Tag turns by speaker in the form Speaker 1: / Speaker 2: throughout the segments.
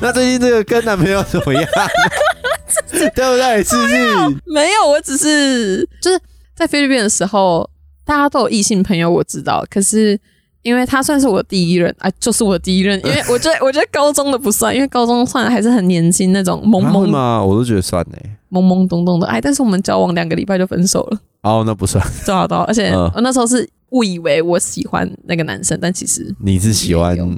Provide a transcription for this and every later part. Speaker 1: 那最近这个跟男朋友怎 么样？对不对？是不是？
Speaker 2: 没有，我只是就是在菲律宾的时候，大家都有异性朋友，我知道。可是因为他算是我第一任，啊，就是我第一任， 因为我觉得我觉得高中的不算，因为高中算还是很年轻那种懵
Speaker 1: 啊会
Speaker 2: 懵
Speaker 1: 吗？我都觉得算呢。
Speaker 2: 懵懵懂懂的哎爱。但是我们交往两个礼拜就分手了，
Speaker 1: 哦，那不算，
Speaker 2: 对啊对啊。而且
Speaker 1: 嗯
Speaker 2: 我那时候是误以为我喜欢那个男生，但其实
Speaker 1: 你是喜欢
Speaker 2: 没有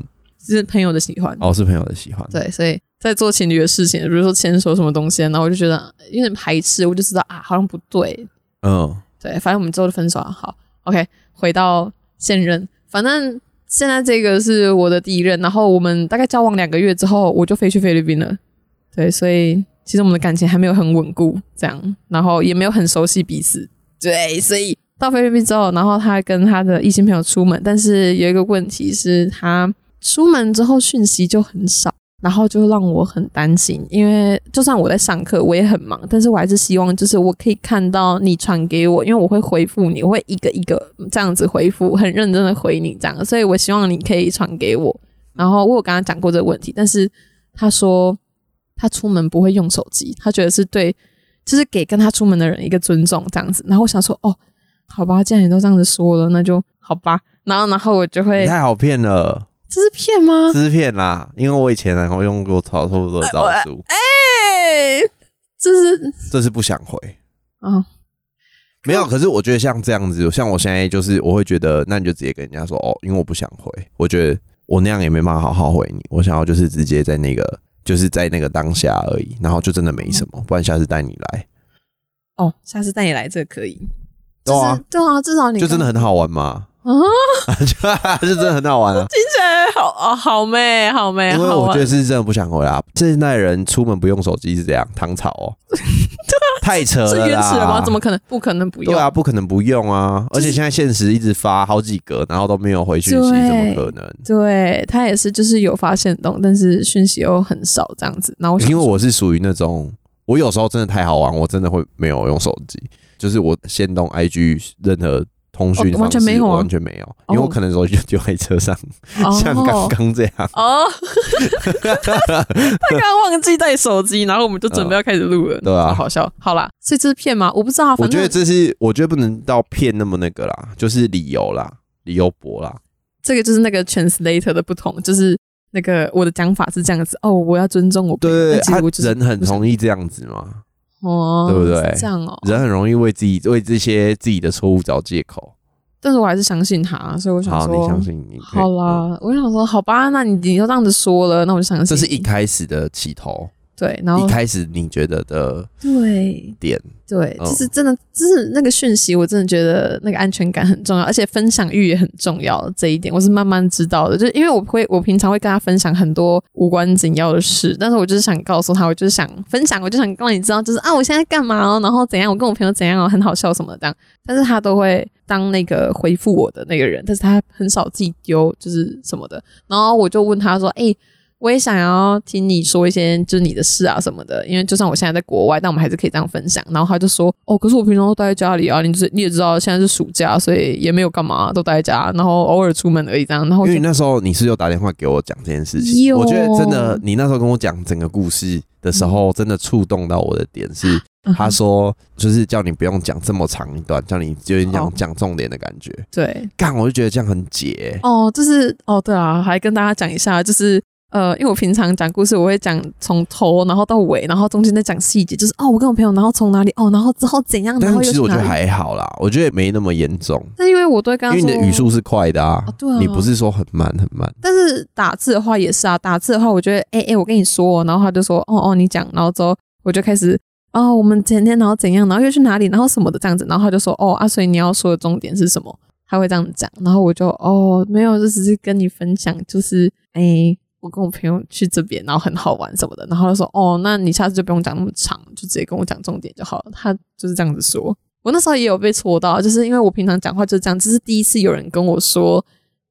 Speaker 2: 是朋友的喜欢。
Speaker 1: 哦，是朋友的喜欢。
Speaker 2: 对，所以在做情侣的事情，比如说牵手什么东西，然后我就觉得有点排斥，我就知道啊，好像不对，
Speaker 1: 嗯，
Speaker 2: 对，反正我们之后就分手了。啊好，OK，回到现任，反正现在这个是我的第一任，然后我们大概交往两个月之后，我就飞去菲律宾了。对，所以其实我们的感情还没有很稳固，这样，然后也没有很熟悉彼此。对，所以到菲律宾之后，然后他跟他的异性朋友出门，但是有一个问题是他出门之后讯息就很少。然后就让我很担心，因为就算我在上课，我也很忙，但是我还是希望就是我可以看到你传给我，因为我会回复你，我会一个一个这样子回复，很认真的回你这样，所以我希望你可以传给我。然后我有跟他讲过这个问题，但是他说他出门不会用手机，他觉得是对，就是给跟他出门的人一个尊重这样子。然后我想说，哦，好吧，既然你都这样子说了，那就好吧。然后，然后我就
Speaker 1: 你
Speaker 2: 会，
Speaker 1: 太好骗了，
Speaker 2: 这是骗吗？
Speaker 1: 是骗啦。因为我以前然后用过操作的招数，
Speaker 2: 哎、这是
Speaker 1: 这是不想回。
Speaker 2: 啊、
Speaker 1: 没
Speaker 2: 嗯
Speaker 1: 有，可是我觉得像这样子，像我现在就是，我会觉得，那你就直接跟人家说哦，因为我不想回，我觉得我那样也没办法好好回你，我想要就是直接在那个，就是在那个当下而已，然后就真的没
Speaker 2: 嗯
Speaker 1: 什么，不然下次带你来，
Speaker 2: 哦，下次带你来这个可以。
Speaker 1: 对
Speaker 2: 就是
Speaker 1: 啊，
Speaker 2: 对啊，至少你
Speaker 1: 就真的很好玩嘛，
Speaker 2: 啊，
Speaker 1: 就真的很好玩 啊，
Speaker 2: 听起来好啊，好妹，好妹，
Speaker 1: 因为
Speaker 2: 好
Speaker 1: 我
Speaker 2: 玩
Speaker 1: 觉得是真的不想回啦，现代人出门不用手机是这样，唐朝 哦，太扯
Speaker 2: 是
Speaker 1: 了
Speaker 2: 原始了吗？
Speaker 1: 啦，
Speaker 2: 怎么可能？不可能不用。
Speaker 1: 对啊，不可能不用啊！而且现在现实一直发好几个，然后都没有回讯息，
Speaker 2: 对
Speaker 1: 怎么可能？
Speaker 2: 对他也是，就是有发现动，但是讯息又很少这样子。然后我想
Speaker 1: 因为
Speaker 2: 说
Speaker 1: 我是属于那种，我有时候真的太好玩，我真的会没有用手机，就是我先动 IG 任何通讯、
Speaker 2: 哦完全没有啊
Speaker 1: 完全没有，因为我可能手机就丢在车上，像刚
Speaker 2: 哦
Speaker 1: 刚这样。
Speaker 2: 哦， 他刚刚忘记带手机，然后我们就准备要开始录了，
Speaker 1: 对啊
Speaker 2: 好好笑。好啦，所以这是骗吗？我不知道啊，
Speaker 1: 我
Speaker 2: 反
Speaker 1: 觉得
Speaker 2: 正
Speaker 1: 这是，我觉得不能到骗那么那个啦，就是理由啦，理由博啦。
Speaker 2: 这个就是那个 translator 的不同，就是那个我的讲法是这样子哦，我要尊重我朋友，
Speaker 1: 对，
Speaker 2: 但其
Speaker 1: 他
Speaker 2: 实我就是
Speaker 1: 人很容易这样子嘛，
Speaker 2: 哦，
Speaker 1: 对不对
Speaker 2: 是这样哦，
Speaker 1: 人很容易为自己为这些自己的错误找借口。
Speaker 2: 但是我还是相信他，所以我想
Speaker 1: 好，
Speaker 2: 说，
Speaker 1: 你相信你可以
Speaker 2: 好
Speaker 1: 嗯
Speaker 2: 啦，我想说，好吧，那你你都这样子说了，那我就相信。
Speaker 1: 这是一开始的起头，
Speaker 2: 对，然
Speaker 1: 一
Speaker 2: 后
Speaker 1: 开始你觉得的
Speaker 2: 对
Speaker 1: 点，
Speaker 2: 对，
Speaker 1: 嗯
Speaker 2: 就是真的，就是那个讯息，我真的觉得那个安全感很重要，而且分享欲也很重要。这一点我是慢慢知道的，就是因为我会，我平常会跟他分享很多无关紧要的事，但是我就是想告诉他，我就是想分享，我就想让你知道，就是啊，我现在干嘛哦，然后怎样，我跟我朋友怎样哦，很好笑什么的这样。但是他都会当那个回复我的那个人，但是他很少自己丢就是什么的。然后我就问他说：“哎、我也想要听你说一些就是你的事啊什么的，因为就算我现在在国外，但我们还是可以这样分享。”然后他就说：“哦，可是我平常都待在家里啊，你就是你也知道现在是暑假，所以也没有干嘛，都待在家，然后偶尔出门而已这样。”然后我
Speaker 1: 因
Speaker 2: 就
Speaker 1: 为那时候你是有打电话给我讲这件事情，
Speaker 2: 有
Speaker 1: 我觉得真的，你那时候跟我讲整个故事的时候，真的触动到我的点是，
Speaker 2: 嗯
Speaker 1: 他说就是叫你不用讲这么长一段，叫你就讲
Speaker 2: 哦
Speaker 1: 讲重点的感觉。
Speaker 2: 对
Speaker 1: 干，我就觉得这样很解。
Speaker 2: 哦，就是哦，对啊，还跟大家讲一下，就是呃，因为我平常讲故事，我会讲从头然后到尾，然后中间再讲细节，就是哦，我跟我朋友，然后从哪里哦，然后之后怎样，然
Speaker 1: 但
Speaker 2: 后
Speaker 1: 是
Speaker 2: 又
Speaker 1: 其实
Speaker 2: 去
Speaker 1: 我觉
Speaker 2: 哪
Speaker 1: 得
Speaker 2: 里。
Speaker 1: 还好啦，我觉得也没那么严重，
Speaker 2: 但因为我都会跟
Speaker 1: 因为
Speaker 2: 他说，
Speaker 1: 你的语速是快的啊
Speaker 2: 哦，对啊
Speaker 1: 你不是说很慢很慢。
Speaker 2: 但是打字的话也是啊，打字的话，我觉得，哎、哎、我跟你说哦，然后他就说，哦哦，你讲，然后之后我就开始，哦，我们前天然后怎样，然后又去哪里，然后什么的这样子，然后他就说，哦啊，所以你要说的重点是什么？他会这样讲，然后我就，哦，没有，这只是跟你分享，就是，哎、我跟我朋友去这边，然后很好玩什么的，然后他就说，哦，那你下次就不用讲那么长，就直接跟我讲重点就好了。他就是这样子说。我那时候也有被戳到，就是因为我平常讲话就是这样，这是第一次有人跟我说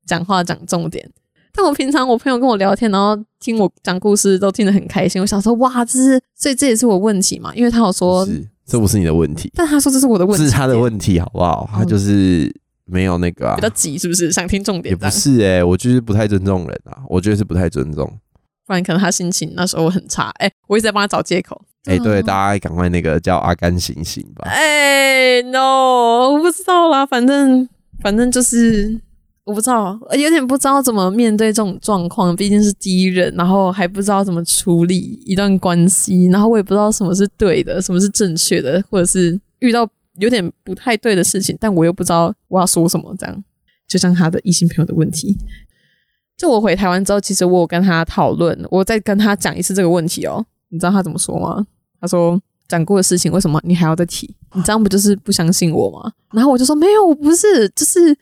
Speaker 2: 讲话讲重点，但我平常我朋友跟我聊天，然后听我讲故事都听得很开心。我想说，哇，这是所以这也是我问题嘛，因为他有说，
Speaker 1: 是，这不是你的问题，
Speaker 2: 但他说这是我的问题，哦
Speaker 1: 是他的问题，好不好？他就是没有那个啊
Speaker 2: 比较，急，是不是？想听重
Speaker 1: 也
Speaker 2: 点这
Speaker 1: 不欸
Speaker 2: 样？
Speaker 1: 是哎、我就是不太尊重人啊，我觉得是不太尊重。
Speaker 2: 不然可能他心情那时候很差。哎、我一直在帮他找借口。
Speaker 1: 哎、对，大家赶快那个叫阿甘醒醒吧。
Speaker 2: 啊哎、n o 我不知道啦，反正反正就是我不知道，呃有点不知道怎么面对这种状况，毕竟是第一人，然后还不知道怎么处理一段关系，然后我也不知道什么是对的，什么是正确的，或者是遇到有点不太对的事情，但我又不知道我要说什么，这样就像他的异性朋友的问题。就我回台湾之后，其实我有跟他讨论，我再跟他讲一次这个问题哦。你知道他怎么说吗？他说讲过的事情，为什么你还要再提？你这样不就是不相信我吗？然后我就说没有，我不是，就是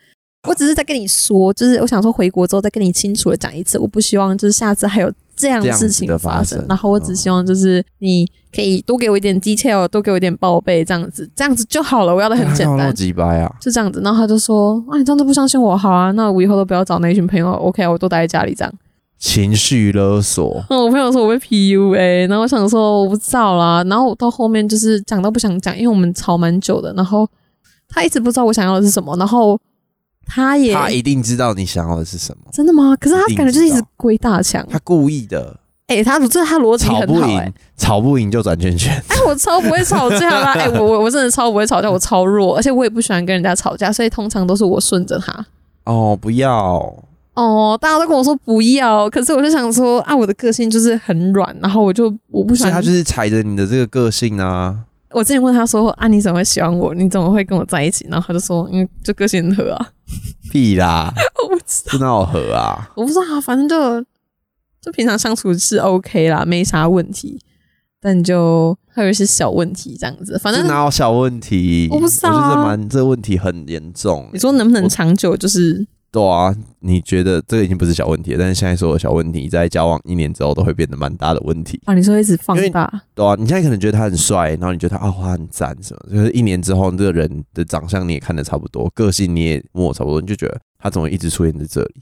Speaker 2: 我只是在跟你说，就是我想说回国之后再跟你清楚的讲一次，我不希望就是下次还有这样的事情
Speaker 1: 这样子的
Speaker 2: 发
Speaker 1: 发
Speaker 2: 生
Speaker 1: 生。
Speaker 2: 然后我只希望就是你可以多给我一点 detail，多给我一点报备，这样子，这样子就好了。我要的很简
Speaker 1: 那
Speaker 2: 单。
Speaker 1: 几百啊，
Speaker 2: 就这样子，然后他就说：“啊，你这样都不相信我，好啊，那我以后都不要找那一群朋友，OK，我都待在家里这样。”
Speaker 1: 情绪勒索，
Speaker 2: 嗯，我朋友说我被 PUA，然后我想说我不知道啦，然后我到后面就是讲到不想讲，因为我们吵蛮久的，然后他一直不知道我想要的是什么，然后他也
Speaker 1: 他一定知道你想要的是什么，
Speaker 2: 真的吗？可是他
Speaker 1: 一定
Speaker 2: 感觉就是一
Speaker 1: 知
Speaker 2: 直
Speaker 1: 道
Speaker 2: 鬼打墙，
Speaker 1: 他故意的，
Speaker 2: 哎、他这他逻辑
Speaker 1: 吵
Speaker 2: 很
Speaker 1: 不
Speaker 2: 好、哎
Speaker 1: 赢，吵不赢就转圈圈。
Speaker 2: 哎，我超不会吵架啦！ 哎，我我我真的超不会吵架，我超弱，而且我也不喜欢跟人家吵架，所以通常都是我顺着他。
Speaker 1: 哦，不要，
Speaker 2: 哦，大家都跟我说不要，可是我就想说啊，我的个性就是很软，然后我就我不喜
Speaker 1: 所以
Speaker 2: 欢
Speaker 1: 他就是踩着你的这个个性啊。
Speaker 2: 我之前问他说啊，你怎么会喜欢我？你怎么会跟我在一起？然后他就说，嗯，就个性很合啊。
Speaker 1: 屁啦，
Speaker 2: 我不知
Speaker 1: 不闹合啊！
Speaker 2: 我不知道啊，反正就就平常相处是 OK 啦，没啥问题，但就还有一些小问题这样子。反
Speaker 1: 这
Speaker 2: 正
Speaker 1: 哪有小问题？
Speaker 2: 哦我不知道啊
Speaker 1: 我觉得蛮这问题很严重、
Speaker 2: 你说能不能
Speaker 1: 我
Speaker 2: 长久，就是
Speaker 1: 对啊，你觉得这个已经不是小问题了，但是现在所有小问题在交往一年之后都会变得蛮大的问题。
Speaker 2: 啊，你说一直放
Speaker 1: 因为
Speaker 2: 大，
Speaker 1: 对啊，你现在可能觉得他很帅，然后你觉得他哦他很赞什么，就是一年之后这个人的长相你也看得差不多，个性你也摸得差不多，你就觉得他怎么一直出现在这 里？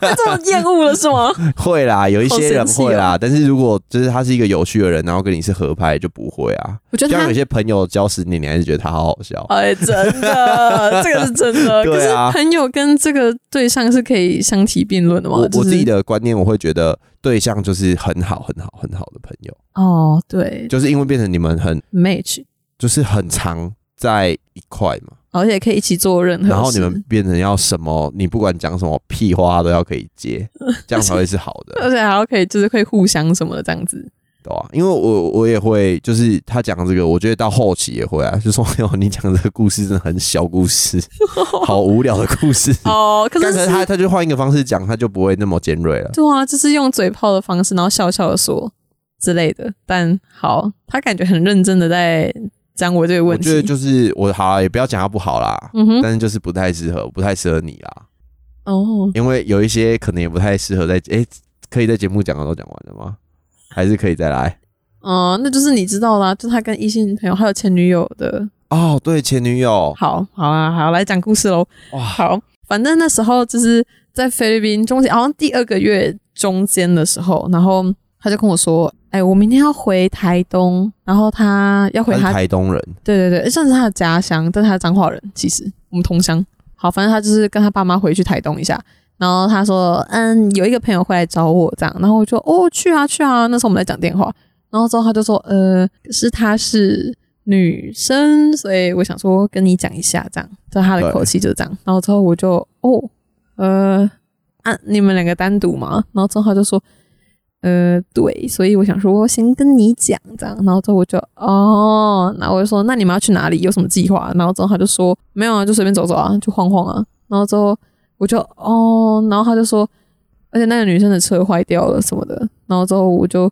Speaker 2: 那这种厌恶了是吗？
Speaker 1: 会啦，有一些
Speaker 2: 好
Speaker 1: 人
Speaker 2: 生气哦
Speaker 1: 会啦，但是如果就是他是一个有趣的人，然后跟你是合拍，就不会啊。
Speaker 2: 我觉得
Speaker 1: 像
Speaker 2: 他
Speaker 1: 有。些朋友交十年，你还是觉得他好好笑。
Speaker 2: 哎，真的，这个是真的。可
Speaker 1: 对
Speaker 2: 是
Speaker 1: 啊
Speaker 2: 朋友跟这个对象是可以相提并论的吗？
Speaker 1: 我
Speaker 2: 就
Speaker 1: 我
Speaker 2: 是
Speaker 1: 自己的观念，我会觉得对象就是很好、很好、很好的朋友，
Speaker 2: 哦，对
Speaker 1: 就是因为变成你们很
Speaker 2: ，match，
Speaker 1: 就是很常在一块嘛，
Speaker 2: 而且可以一起做任何事。
Speaker 1: 然后你们变成要什么，你不管讲什么屁话都要可以接，这样才会是好
Speaker 2: 而
Speaker 1: 的，
Speaker 2: 且还要可以就是会互相什么的这样子。
Speaker 1: 对吧、因为我我也会，就是他讲这个，我觉得到后期也会啊，就说哎呦，你讲这个故事真的很小故 事，好无聊的故事。
Speaker 2: 哦，可
Speaker 1: 但
Speaker 2: 是
Speaker 1: 是他他就换一个方式讲，他就不会那么尖锐了。
Speaker 2: 对啊，就是用嘴炮的方式，然后笑笑的说之类的。但好，他感觉很认真的在讲我这个
Speaker 1: 我
Speaker 2: 问题。
Speaker 1: 觉得就是我好、啊，也不要讲他不好啦，
Speaker 2: 嗯哼，
Speaker 1: 但是就是不太适合，不太适合你啦，
Speaker 2: 哦，
Speaker 1: 因为有一些可能也不太适合在诶、可以在节目讲的都讲完了吗？还是可以再来？
Speaker 2: 哦、那就是你知道啦，就他跟异性朋友还有前女友的。
Speaker 1: 哦，对，前女友，
Speaker 2: 好好啊，好来讲故事喽。
Speaker 1: 哇，
Speaker 2: 好，反正那时候就是在菲律宾中间，好像第二个月中间的时候，然后他就跟我说：“哎、我明天要回台东，然后他要
Speaker 1: 他
Speaker 2: 回
Speaker 1: 是
Speaker 2: 他
Speaker 1: 台东人，
Speaker 2: 嗯对对对，算是他的家乡，但是他是彰化人，其实我们同乡。好，反正他就是跟他爸妈回去台东一下，然后他说，嗯，有一个朋友会来找我这样，然后我就哦去啊去啊，那时候我们在讲电话，然后之后他就说，呃，可是她是女生，所以我想说跟你讲一下这样，就他的
Speaker 1: 对
Speaker 2: 口气就是这样，然后之后我就哦，呃，啊，你们两个单独嘛，然后之后他就说，哦啊呃，对，所以我想说先跟你讲这样，然后之后我就哦，然后我就说那你们要去哪里？有什么计划？然后之后他就说没有啊，就随便走走啊，就晃晃啊。然后之后我就哦，然后他就说，而且那个女生的车坏掉了什么的。然后之后我就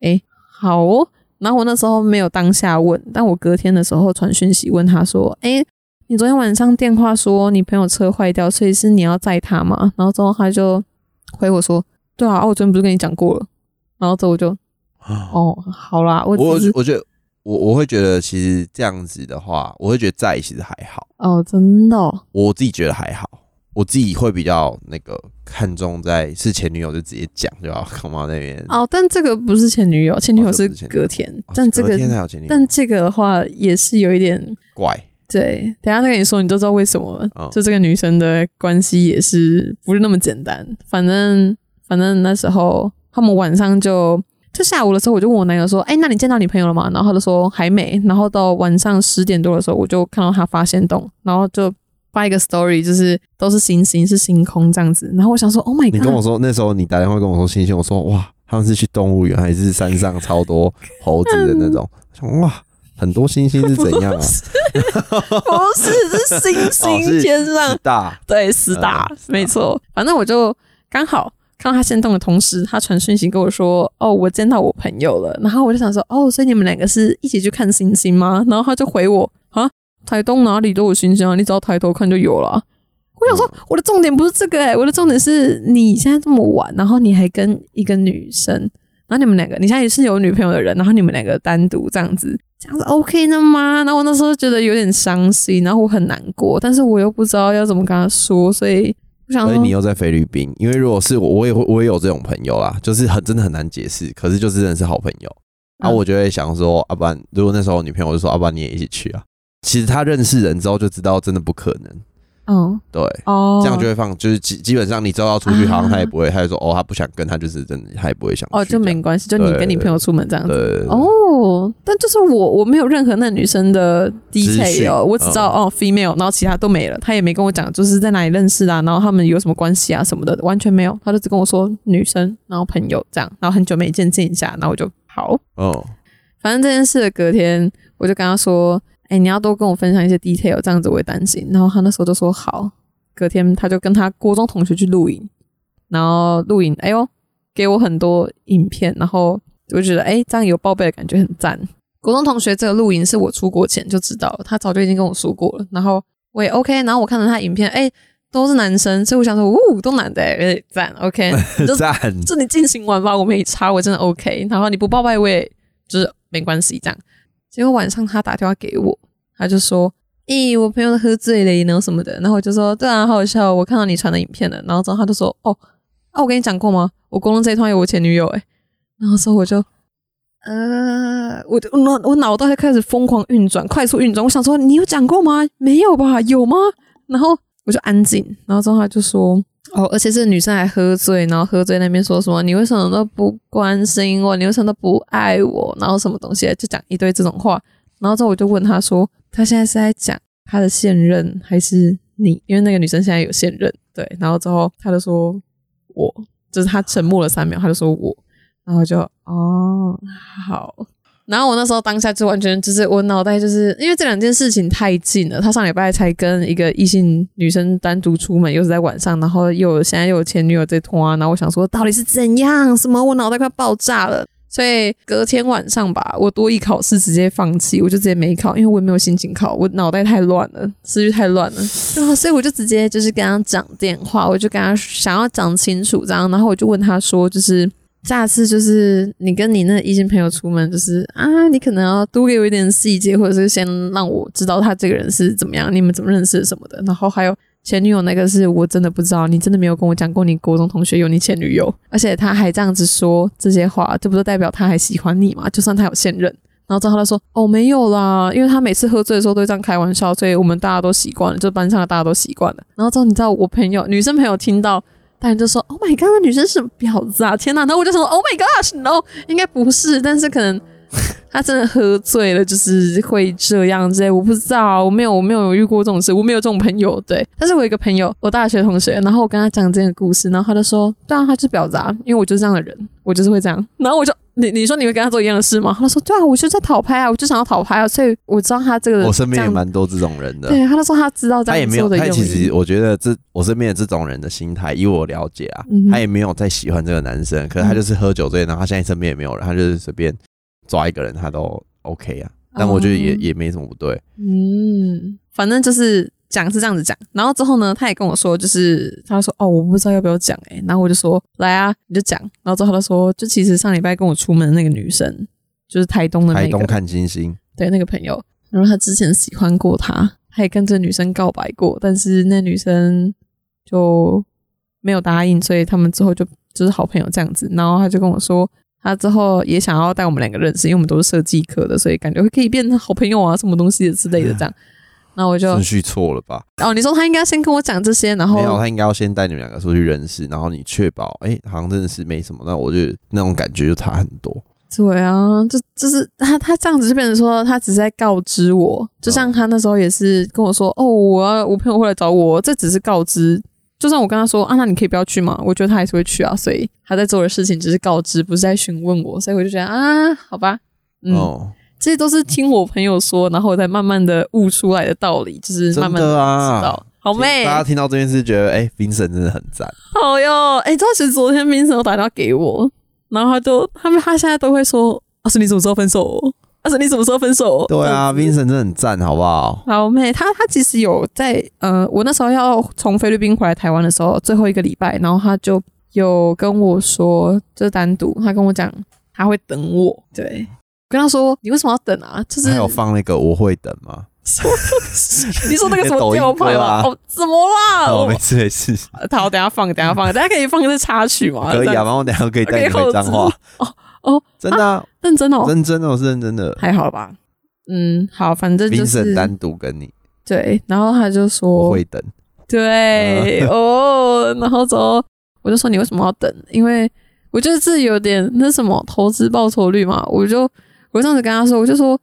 Speaker 2: 诶，好哦。然后我那时候没有当下问，但我隔天的时候传讯息问他说，诶，你昨天晚上电话说你朋友车坏掉，所以是你要载他吗？然后之后他就回我说，对啊，啊我昨天不是跟你讲过了。然后之后我就哦，好啦，我
Speaker 1: 我
Speaker 2: 只是
Speaker 1: 我觉得我我会觉得其实这样子的话，我会觉得在其实还好，
Speaker 2: 哦，真的、哦。
Speaker 1: 我自己觉得还好。我自己会比较那个看重在是前女友就直接讲就好，干嘛那边？
Speaker 2: 哦，但这个不是前女友，前女友是隔天，
Speaker 1: 哦
Speaker 2: 但这个
Speaker 1: 隔天才有前女友
Speaker 2: 但，这个的话也是有一点
Speaker 1: 怪
Speaker 2: 对。等一下再跟你说，你就知道为什么了。
Speaker 1: 哦
Speaker 2: 就这个女生的关系也是不是那么简单。反正反正那时候他们晚上就就下午的时候，我就问我男友说：“哎、那你见到女朋友了吗？”然后他就说还没。然后到晚上十点多的时候，我就看到他发现洞，然后就发一个 story，就是都是星星，是星空这样子。然后我想说：“Oh my
Speaker 1: 你跟我
Speaker 2: god！”
Speaker 1: 说那时候你打电话跟我说星星，我说哇，他们是去动物园还是山上超多猴子的那种？我想哇，很多星星是怎样啊？
Speaker 2: 不是，是星
Speaker 1: 哦
Speaker 2: 星
Speaker 1: 是
Speaker 2: 天上
Speaker 1: 是大
Speaker 2: 对，死打，没错。反正我就刚好看到他先动的同时，他传讯息跟我说：“哦，我见到我朋友了。”然后我就想说：“哦，所以你们两个是一起去看星星吗？”然后他就回我：“啊，台东哪里都有星星啊，你只要抬头看就有了啊、我想说，
Speaker 1: 嗯
Speaker 2: 我的重点不是这个哎、我的重点是你现在这么晚，然后你还跟一个女生，然后你们两个，你现在也是有女朋友的人，然后你们两个单独这样子，这样子 OK 的吗？然后我那时候觉得有点伤心，然后我很难过，但是我又不知道要怎么跟他说，所以我想
Speaker 1: 所以
Speaker 2: 说
Speaker 1: 你又在菲律宾，因为如果是我，我也会我也有这种朋友啦，就是很真的很难解释，可是就真的是好朋友。啊，
Speaker 2: 嗯
Speaker 1: 我就会想说，阿、啊、不然如果那时候我女朋友我就说，阿、啊、不然你也一起去啊。其实他认识人之后就知道真的不可能，
Speaker 2: 嗯
Speaker 1: 对，
Speaker 2: 哦，
Speaker 1: 这样就会放，就是基基本上你知道要出去，
Speaker 2: 啊
Speaker 1: 好像他也不会，他就说哦，他不想跟，他就是真的，他也不会想
Speaker 2: 哦
Speaker 1: 去
Speaker 2: 就
Speaker 1: 这样
Speaker 2: 没关系，就你跟你朋友出门这样子。
Speaker 1: 对
Speaker 2: 哦，但就是我，我没有任何那女生的
Speaker 1: 资讯嗯
Speaker 2: detail，我只知道、哦 female，然后其他都没了，他也没跟我讲就是在哪里认识的啊，然后他们有什么关系啊什么的，完全没有，他就只跟我说女生，然后朋友这样，然后很久没见见一下，然后我就好，
Speaker 1: 哦，
Speaker 2: 反正这件事的隔天，我就跟他说：“哎、你要多跟我分享一些 detail，这样子我会担心。”然后他那时候就说：“好。”隔天他就跟他国中同学去露营，然后露营，哎呦，给我很多影片，然后我就觉得哎、这样有报备的感觉很赞。国中同学这个露营是我出国前就知道了，他早就已经跟我说过了，然后我也 OK，然后我看了他影片，哎、都是男生，所以我想说，呜，都男的、哎哎赞，OK，你 就
Speaker 1: 赞，
Speaker 2: 就你进行完吧，我没差，我真的 OK。然后你不报备，我也就是没关系这样。结果晚上他打电话给我，他就说：“咦、我朋友都喝醉了耶，然后什么的。”然后我就说：“对啊，好好笑哦，我看到你传的影片了。”然后之后他就说：“哦，啊，我跟你讲过吗？我公公这一段有我前女友诶。然后之后我就。呃，我的我脑我脑袋开始疯狂运转，快速运转。我想说，你有讲过吗？没有吧？有吗？然后我就安静，然后之后他就说，哦，而且这个女生还喝醉，然后喝醉那边说什么你为什么都不关心我，你为什么都不爱我，然后什么东西的就讲一堆这种话，然后之后我就问他说，他现在是在讲他的现任还是你？因为那个女生现在有现任，对，然后之后他就说我，就是他沉默了三秒，他就说我，然后我就哦好。然后我那时候当下就完全就是我脑袋就是因为这两件事情太近了，他上礼拜才跟一个异性女生单独出门，又是在晚上，然后又有现在又有前女友这通啊，然后我想说到底是怎样？什么？我脑袋快爆炸了。所以隔天晚上吧，我多一考试直接放弃，我就直接没考，因为我也没有心情考，我脑袋太乱了，思绪太乱了，对啊，所以我就直接就是跟他讲电话，我就跟他想要讲清楚这样，然后我就问他说，就是下次就是你跟你那异性朋友出门，就是啊，你可能要多给我一点细节，或者是先让我知道他这个人是怎么样，你们怎么认识什么的。然后还有前女友那个是我真的不知道，你真的没有跟我讲过你国中同学有你前女友，而且他还这样子说这些话，这不就代表他还喜欢你吗？就算他有现任。然后之后他就说：“哦，没有啦，因为他每次喝醉的时候都会这样开玩笑，所以我们大家都习惯了，就班上的大家都习惯了。”然后之后你知道我朋友女生朋友听到大人就说：“Oh my god，那女生是婊子啊！”天哪！然后我就想说：“Oh my gosh，no，应该不是，但是可能她真的喝醉了，就是会这样之类。我不知道，我没有，我没有遇过这种事，我没有这种朋友。对，但是我有一个朋友，我大学同学，然后我跟他讲这个故事，然后他就说：‘对啊，她就是婊子啊，因为我就是这样的人，我就是会这样。’然后我就。”你你说你会跟他做一样的事吗？他说对啊，我就在讨拍啊，我就想要讨拍啊，所以我知道他这个
Speaker 1: 我身边
Speaker 2: 这
Speaker 1: 也
Speaker 2: 样
Speaker 1: 蛮多这种人的。
Speaker 2: 对，他就说他知道这
Speaker 1: 他也
Speaker 2: 样
Speaker 1: 没
Speaker 2: 做
Speaker 1: 有，
Speaker 2: 的
Speaker 1: 他
Speaker 2: 用
Speaker 1: 其
Speaker 2: 意
Speaker 1: 实，我觉得这我身边的这种人的心态，以我了解啊，
Speaker 2: 嗯哼嗯
Speaker 1: 他也没有在喜欢这个男生，可是他就是喝酒醉，然后他现在身边也没有人，他就是随便抓一个人，他都 OK 啊。但我觉得也、
Speaker 2: 哦
Speaker 1: 也没什么不对，
Speaker 2: 嗯，反正就是讲是这样子讲，然后之后呢，他也跟我说，就是他说哦，我不知道要不要讲哎、欸然后我就说来啊，你就讲，然后之后他就说，就其实上礼拜跟我出门的那个女生，就是台东的那
Speaker 1: 台
Speaker 2: 个
Speaker 1: 东，看星星，
Speaker 2: 对那个朋友，然后他之前喜欢过他，他也跟这女生告白过，但是那女生就没有答应，所以他们之后就就是好朋友这样子。然后他就跟我说，他之后也想要带我们两个认识，因为我们都是设计科的，所以感觉会可以变成好朋友啊，什么东西之类的这样。那我就
Speaker 1: 顺序错了吧？
Speaker 2: 哦，你说他应该先跟我讲这些，然后
Speaker 1: 没有，他应该要先带你们两个出去认识，然后你确保，哎、好像真的是没什么，那我就那种感觉就差很多。
Speaker 2: 对啊，就就是他他这样子就变成说他只是在告知我，
Speaker 1: 嗯
Speaker 2: 就像他那时候也是跟我说，哦，我要我朋友会来找我，这只是告知。就算我跟他说啊，那你可以不要去嘛，我觉得他还是会去啊，所以他在做的事情只是告知，不是在询问我，所以我就觉得啊，好吧，嗯，
Speaker 1: 哦，
Speaker 2: 这些都是听我朋友说，然后我再慢慢的悟出来的道理，就是慢
Speaker 1: 真
Speaker 2: 慢地
Speaker 1: 的
Speaker 2: 知
Speaker 1: 啊
Speaker 2: 道。。好妹，
Speaker 1: 大家听到这边是觉得，哎、冰神真的很赞。
Speaker 2: 好哟！哎、周其实昨天明神有打电话给我，然后他就他们他现在都会说：“阿、啊、是你什么时候分手？阿、啊、是你什么时候分手？”
Speaker 1: 对 啊，冰神真的很赞，好不好？
Speaker 2: 好妹，他他其实有在呃，我那时候要从菲律宾回来台湾的时候，最后一个礼拜，然后他就有跟我说，就是单独，他跟我讲他会等我，对。我跟他说：“你为什么要等啊？就是
Speaker 1: 还有放那个我会等吗？
Speaker 2: 你说那个什么
Speaker 1: 抖音
Speaker 2: 吊牌
Speaker 1: 歌
Speaker 2: 吗？
Speaker 1: 啊
Speaker 2: 哦，怎么啦？
Speaker 1: 哦，
Speaker 2: 我
Speaker 1: 没事没事，
Speaker 2: 好，等一下放，等一下放，大家可以放这插曲吗？
Speaker 1: 可以
Speaker 2: 哦这
Speaker 1: 啊，
Speaker 2: 样
Speaker 1: 然后等一下可以带你
Speaker 2: 可以
Speaker 1: 回彰化
Speaker 2: 后。哦哦，
Speaker 1: 真的啊，
Speaker 2: 认真哦，
Speaker 1: 认真的，我是认真的。
Speaker 2: 还好吧？嗯，好，反正就
Speaker 1: 冰神
Speaker 2: 是
Speaker 1: 单独跟你，
Speaker 2: 对，然后他就
Speaker 1: 我
Speaker 2: 说
Speaker 1: 会等。
Speaker 2: 对、哦，然后之后我就说你为什么要等？因为我觉得这有点那什么投资报酬率嘛，我就我上次跟他说，我就说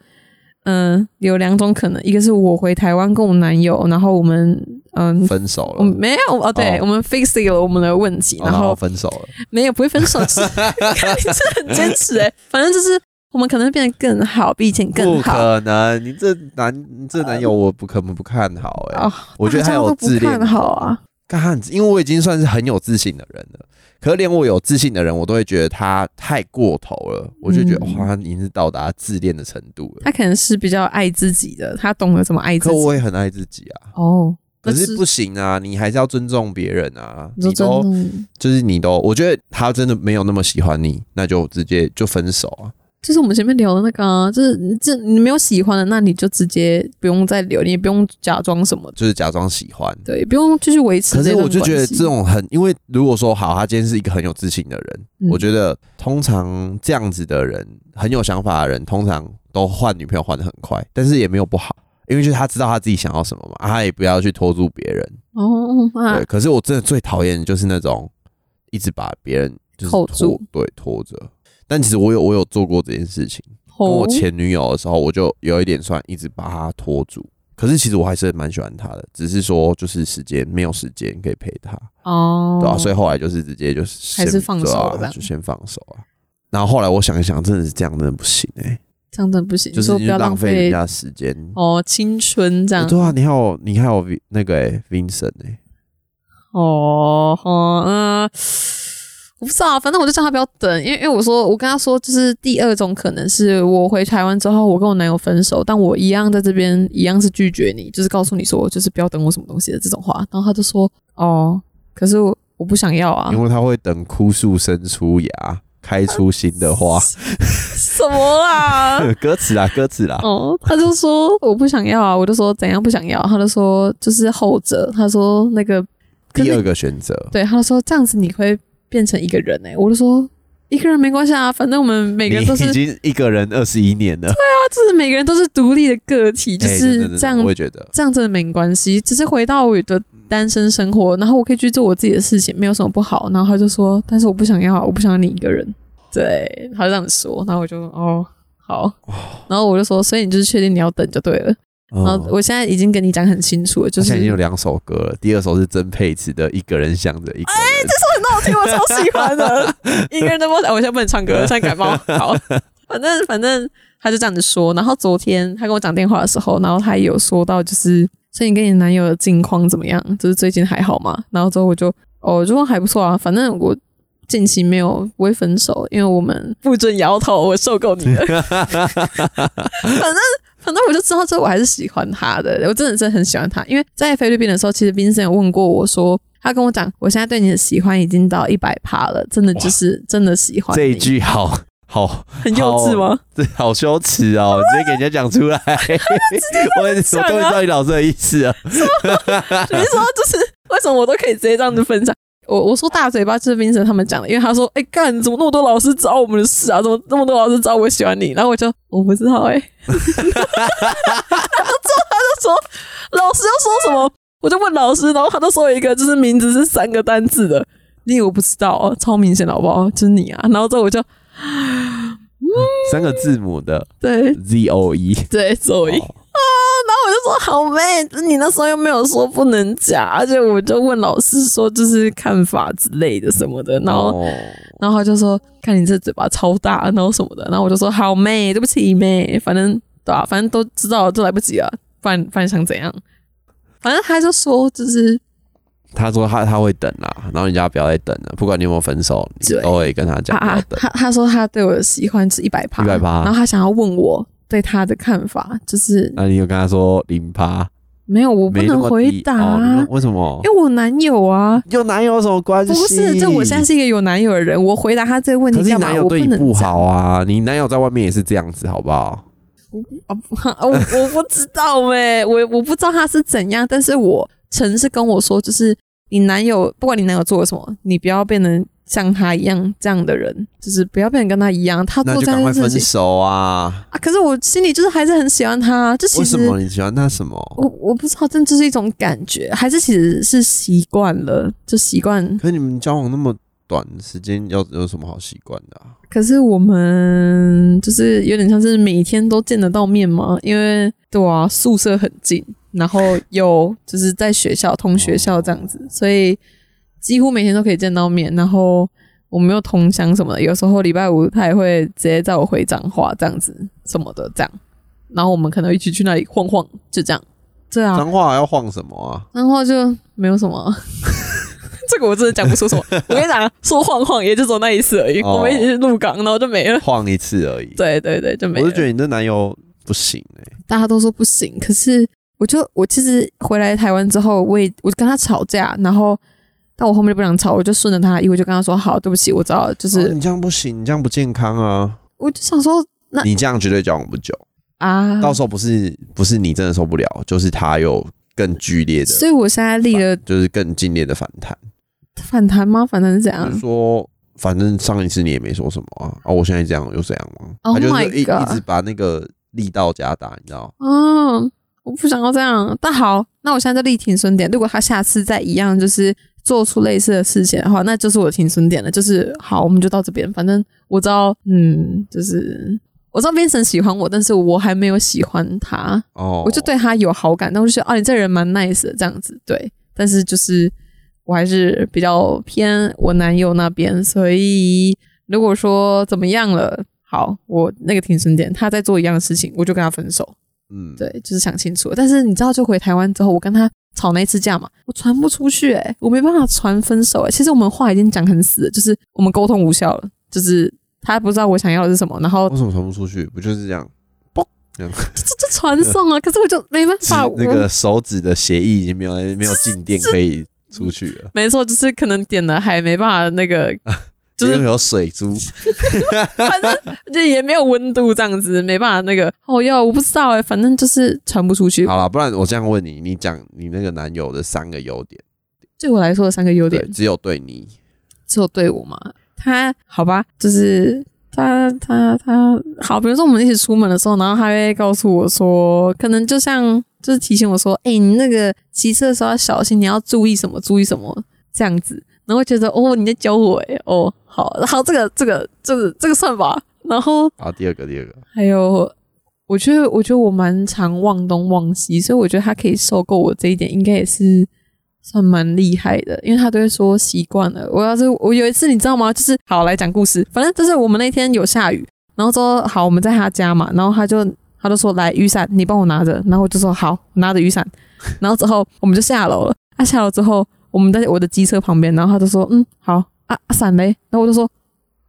Speaker 2: 嗯、有两种可能，一个是我回台湾跟我男友，然后我们嗯。
Speaker 1: 分手了，
Speaker 2: 我们没有哦，对，
Speaker 1: 哦
Speaker 2: 我们 fix 了我们的问题，
Speaker 1: 哦
Speaker 2: 然后
Speaker 1: 分手了，
Speaker 2: 没有不会分手， 是你这很坚持哎、反正就是我们可能会变得更好，比以前
Speaker 1: 不
Speaker 2: 更好。呃
Speaker 1: 可能！你这男你这男友我不可能不看好哎、
Speaker 2: 哦，
Speaker 1: 我觉得他
Speaker 2: 大家
Speaker 1: 有
Speaker 2: 都不
Speaker 1: 自恋
Speaker 2: 看好啊，
Speaker 1: 干，因为我已经算是很有自信的人了，可是连我有自信的人，我都会觉得他太过头了，我就觉得、
Speaker 2: 嗯
Speaker 1: 哇，他已经是到达自恋的程度了。
Speaker 2: 他可能是比较爱自己的，他懂得怎么爱自
Speaker 1: 可
Speaker 2: 己。
Speaker 1: 我也很爱自己啊，
Speaker 2: 哦，
Speaker 1: 可
Speaker 2: 那
Speaker 1: 是不行啊，你还是要尊重别人啊，
Speaker 2: 你说
Speaker 1: 你
Speaker 2: 真
Speaker 1: 都
Speaker 2: 的，
Speaker 1: 就是你都，我觉得他真的没有那么喜欢你，那就直接就分手啊。
Speaker 2: 就是我们前面聊的那个、啊，就是这你没有喜欢的，那你就直接不用再留，你也不用假装什么，
Speaker 1: 就是假装喜欢。
Speaker 2: 对，也不用继续维持
Speaker 1: 可
Speaker 2: 这
Speaker 1: 是
Speaker 2: 段
Speaker 1: 我
Speaker 2: 关
Speaker 1: 就
Speaker 2: 系。
Speaker 1: 觉得这种很，因为如果说好，他今天是一个很有自信的人，
Speaker 2: 嗯
Speaker 1: 我觉得通常这样子的人，很有想法的人，通常都换女朋友换的很快，但是也没有不好，因为就是他知道他自己想要什么嘛，啊他也不要去拖住别人。
Speaker 2: 哦，那
Speaker 1: 对，可是我真的最讨厌的就是那种一直把别人就是
Speaker 2: 扣
Speaker 1: 拖
Speaker 2: 住，
Speaker 1: 对，拖着。但其实我有我有做过这件事情，跟我
Speaker 2: 哦
Speaker 1: 前女友的时候，我就有一点算一直把她拖住。可是其实我还是蛮喜欢她的，只是说就是时间没有时间可以陪她，
Speaker 2: 哦，
Speaker 1: 对啊，所以后来就是直接就是
Speaker 2: 还是
Speaker 1: 先
Speaker 2: 放手
Speaker 1: 对啊
Speaker 2: 这样
Speaker 1: 就先放手啊。然后后来我想一想，真的是这样，真的不行哎、
Speaker 2: 这样真的不行，
Speaker 1: 就
Speaker 2: 你
Speaker 1: 是
Speaker 2: 说
Speaker 1: 你
Speaker 2: 不
Speaker 1: 就
Speaker 2: 要
Speaker 1: 浪费人
Speaker 2: 费
Speaker 1: 家时间。
Speaker 2: 哦青春这样
Speaker 1: 哦对啊，你还有你还有 Vi- 那个哎、Vincent 哎、
Speaker 2: 哦，哦，嗯、我不知道，反正我就叫他不要等，因为因为我说我跟他说，就是第二种可能是我回台湾之后，我跟我男友分手，但我一样在这边一样是拒绝你，就是告诉你说，就是不要等我什么东西的这种话，然后他就说，哦，可是我我不想要 啊
Speaker 1: 因，为他会等枯树生出芽，开出新的
Speaker 2: 啊
Speaker 1: 花。
Speaker 2: 什么啦？
Speaker 1: 歌词啦，歌词啦，
Speaker 2: 啊哦，他就说我不想要啊，我就说怎样不想要，他就说就是后者，他说那个可是
Speaker 1: 第二个选择。
Speaker 2: 对，他就说这样子你会变成一个人哎、我就说一个人没关系啊，反正我们每个人都是，
Speaker 1: 你已
Speaker 2: 他
Speaker 1: 经一个人二十一年了，
Speaker 2: 就是每个人都是独立的个体，啊就
Speaker 1: 哎真的
Speaker 2: 是
Speaker 1: 真的
Speaker 2: 这样，
Speaker 1: 我也觉得
Speaker 2: 这样真的没关系。只是回到我的单身生活，然后我可以去做我自己的事情，没有什么不好。然后他就说，但是我不想要，我不想要你一个人。对，他就这样说，然后我就哦好，然后我就说，所以你就是确定你要等就对了。
Speaker 1: 嗯
Speaker 2: 然后哦我现在已经跟你讲很清楚了，就
Speaker 1: 他啊
Speaker 2: 是
Speaker 1: 现在已经有两首歌了，第二首是曾沛慈的《一个人想着一个人》，
Speaker 2: 我听我超喜欢 的，一个人的梦想。我现在不能唱歌， 现在感冒。好，反正反正他就这样子说。然后昨天他跟我讲电话的时候，然后他也有说到，就是所以你跟你男友的近况怎么样？就是最近还好吗？然后之后我就哦，我就说还不错啊，反正我。近期没有不会分手，因为我们不准摇头，我受够你 了。反正反正我就知道，这我还是喜欢他的，我真的是很喜欢他。因为在菲律宾的时候，其实 Vincent 有问过我说，他跟我讲，我现在对你的喜欢已经到一百趴了，真的就是真的喜欢你。
Speaker 1: 这一句好好
Speaker 2: 很幼稚吗？
Speaker 1: 这好羞耻哦，你直接给人家讲出来， 我我
Speaker 2: 讲啊
Speaker 1: 终于知道你老师的意思啊了。
Speaker 2: 你说 就是为什么我都可以直接这样子分享？我我说大嘴巴就是冰神他们讲的，因为他说，哎、干，怎么那么多老师找我们的事啊？怎么那么多老师找我喜欢你？然后我就我不知道哎、然后之后他就说老师要说什么，我就问老师，然后他就说一个就是名字是三个单字的，你以为我不知道哦，超明显的好不好？就是你啊，然后之后我就
Speaker 1: 三个字母的
Speaker 2: 对
Speaker 1: Z O E，
Speaker 2: 对所以。啊
Speaker 1: 哦
Speaker 2: 然后我就说好妹，你那时候又没有说不能夹，而且我就问老师说就是看法之类的什么的，然后、
Speaker 1: 哦
Speaker 2: 然后他就说看你这嘴巴超大，然后什么的，然后我就说好妹，对不起妹，反正对啊，反正都知道都来不及啊了，不然不然想怎样？反正他就说就是
Speaker 1: 他说他他会等啦，然后你叫他不要再等了，不管你有没有分手，你
Speaker 2: 对啊
Speaker 1: 都会跟他讲不要
Speaker 2: 他
Speaker 1: 等。
Speaker 2: 他他说他对我的喜欢是一百趴，
Speaker 1: 100%
Speaker 2: 然后他想要问我对他的看法，就是
Speaker 1: 那你就跟他说零趴，
Speaker 2: 没有我不
Speaker 1: 没那
Speaker 2: 能
Speaker 1: 么
Speaker 2: 回
Speaker 1: 低
Speaker 2: 答，啊
Speaker 1: 哦你说为什么
Speaker 2: 因？为我男友啊。
Speaker 1: 有男友有什么关系？
Speaker 2: 不是，这我现在是一个有男友的人，我回答他这个问
Speaker 1: 可是
Speaker 2: 题
Speaker 1: 你
Speaker 2: 干嘛？
Speaker 1: 男
Speaker 2: 我
Speaker 1: 友对你
Speaker 2: 能
Speaker 1: 不
Speaker 2: 讲
Speaker 1: 好啊，你男友在外面也是这样子，好不好？
Speaker 2: 啊！不
Speaker 1: 哦
Speaker 2: 我我不 知道哎、我我不知道他是怎样，但是我曾是跟我说，就是你男友，不管你男友做了什么，你不要变成像他一样这样的人，就是不要变成跟他一样，他
Speaker 1: 那
Speaker 2: 做
Speaker 1: 就
Speaker 2: 这
Speaker 1: 赶快
Speaker 2: 样的
Speaker 1: 分
Speaker 2: 事情
Speaker 1: 手啊！
Speaker 2: 啊。可是我心里就是还是很喜欢他，这其
Speaker 1: 为
Speaker 2: 实
Speaker 1: 什么你喜欢他什么？
Speaker 2: 我我不知道，这就是一种感觉，还是其实是习惯了，就习惯。
Speaker 1: 可是你们交往那么短时间，要有什么好习惯的、啊？
Speaker 2: 可是我们就是有点像是每天都见得到面嘛，因为对啊，宿舍很近，然后有就是在学校同学校这样子，所以几乎每天都可以见到面。然后我们又同乡什么的，有时候礼拜五他也会直接载我回彰化这样子什么的，这样。然后我们可能一起去那里晃晃，就这样。对啊，
Speaker 1: 脏话要晃什么 啊？
Speaker 2: 然后就没有什么啊。这个我真的讲不出什么。我跟你讲，说晃晃也就走那一次而已。
Speaker 1: 哦
Speaker 2: 我们一起去鹿港，然后就没了。
Speaker 1: 晃一次而已。
Speaker 2: 对对对，就没
Speaker 1: 我
Speaker 2: 了。
Speaker 1: 就觉得你这男友不行哎、
Speaker 2: 大家都说不行，可是我就我其实回来台湾之后，我也我跟他吵架，然后但我后面就不想吵，我就顺着他的意，我就跟他说好，对不起，我知道了，就是、
Speaker 1: 哦你这样不行，你这样不健康啊！
Speaker 2: 我就想说 那
Speaker 1: 你这样绝对交往不久，
Speaker 2: 啊，
Speaker 1: 到时候不是不是你真的受不了，就是他有更剧烈的，
Speaker 2: 所以我现在立了
Speaker 1: 就是更激烈的反弹。
Speaker 2: 反弹吗？反弹是怎
Speaker 1: 就是
Speaker 2: 样？
Speaker 1: 说，反正上一次你也没说什么啊，啊，我现在这样又怎样吗？
Speaker 2: Oh
Speaker 1: 他就是
Speaker 2: my
Speaker 1: 一
Speaker 2: God
Speaker 1: 一直把那个力道加大，你知道？
Speaker 2: 嗯、我不想要这样。但好，那我现在就立停损点。如果他下次再一样，就是做出类似的事情的话，那就是我的停损点了。就是好，我们就到这边。反正我知道，嗯，就是我知道 Vincent 喜欢我，但是我还没有喜欢他。
Speaker 1: 哦，
Speaker 2: 我就对他有好感，但我就觉得哦，你这人蛮 nice 的这样子，对。但是就是我还是比较偏我男友那边，所以如果说怎么样了，好，我那个停损点，他在做一样的事情，我就跟他分手，
Speaker 1: 嗯，
Speaker 2: 对，就是想清楚了。但是你知道，就回台湾之后，我跟他吵那一次架嘛，我传不出去、欸，我没办法传分手、欸，其实我们话已经讲很死了，就是我们沟通无效了，就是他不知道我想要的是什么，然后
Speaker 1: 为什么传不出去？不就是这样？
Speaker 2: 这这传送啊，可是我就没办
Speaker 1: 是
Speaker 2: 法，
Speaker 1: 那
Speaker 2: 我
Speaker 1: 个手指的协议已经没有没有进店可以出去了，
Speaker 2: 没错，就是可能点了还没办法那个，就是
Speaker 1: 啊因为有水珠，
Speaker 2: 就也没有温度这样子，没办法那个。哦哟，我不知道哎、反正就是传不出去。
Speaker 1: 好了，不然我这样问你，你讲你那个男友的三个优点，
Speaker 2: 对我来说的三个优
Speaker 1: 对，
Speaker 2: 点，
Speaker 1: 只有对你，
Speaker 2: 只有对我嘛，他好吧，就是他他他好，比如说我们一起出门的时候，然后他会告诉我说，可能就像就是提醒我说，哎、你那个骑车的时候要小心，你要注意什么，注意什么这样子，然后我觉得哦，你在教我哎、哦，好好，这个这个这个这个算吧，然后。
Speaker 1: 好，第二个，第二个，
Speaker 2: 还有，我觉得，我觉得我蛮常忘东忘西，所以我觉得他可以受够我这一点，应该也是算蛮厉害的，因为他都会说习惯了。我要是我有一次，你知道吗？就是好来讲故事，反正就是我们那天有下雨，然后说好我们在他家嘛，然后他就他就说来雨伞，你帮我拿着，然后我就说好，我拿着雨伞， 然后之后我们就下楼了。他、下楼之后，我们在我的机车旁边，然后他就说嗯好啊啊伞嘞，然后我就说